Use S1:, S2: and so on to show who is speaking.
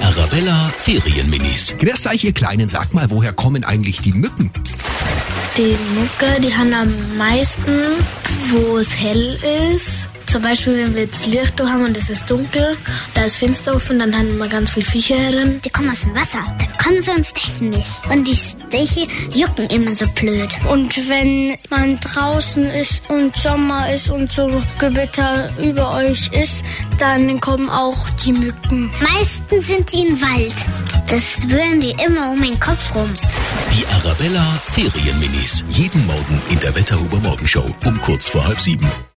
S1: Arabella Ferienminis.
S2: Grüß euch, ihr Kleinen. Sagt mal, woher kommen eigentlich die Mücken?
S3: Die Mucke, die haben am meisten, wo es hell ist. Zum Beispiel, wenn wir jetzt Licht da haben und es ist dunkel, da ist Fenster offen, dann haben wir ganz viele Viecher herin.
S4: Die kommen aus dem Wasser. Dann kommen sie und stechen mich. Und die Stiche jucken immer so blöd.
S5: Und wenn man draußen ist und Sommer ist und so Gewitter über euch ist, dann kommen auch die Mücken.
S4: Meistens sind die im Wald. Das schwirren die immer um meinen Kopf rum.
S1: Die Arabella Ferienminis. Jeden Morgen in der Wetterhuber Morgenshow um kurz vor halb sieben.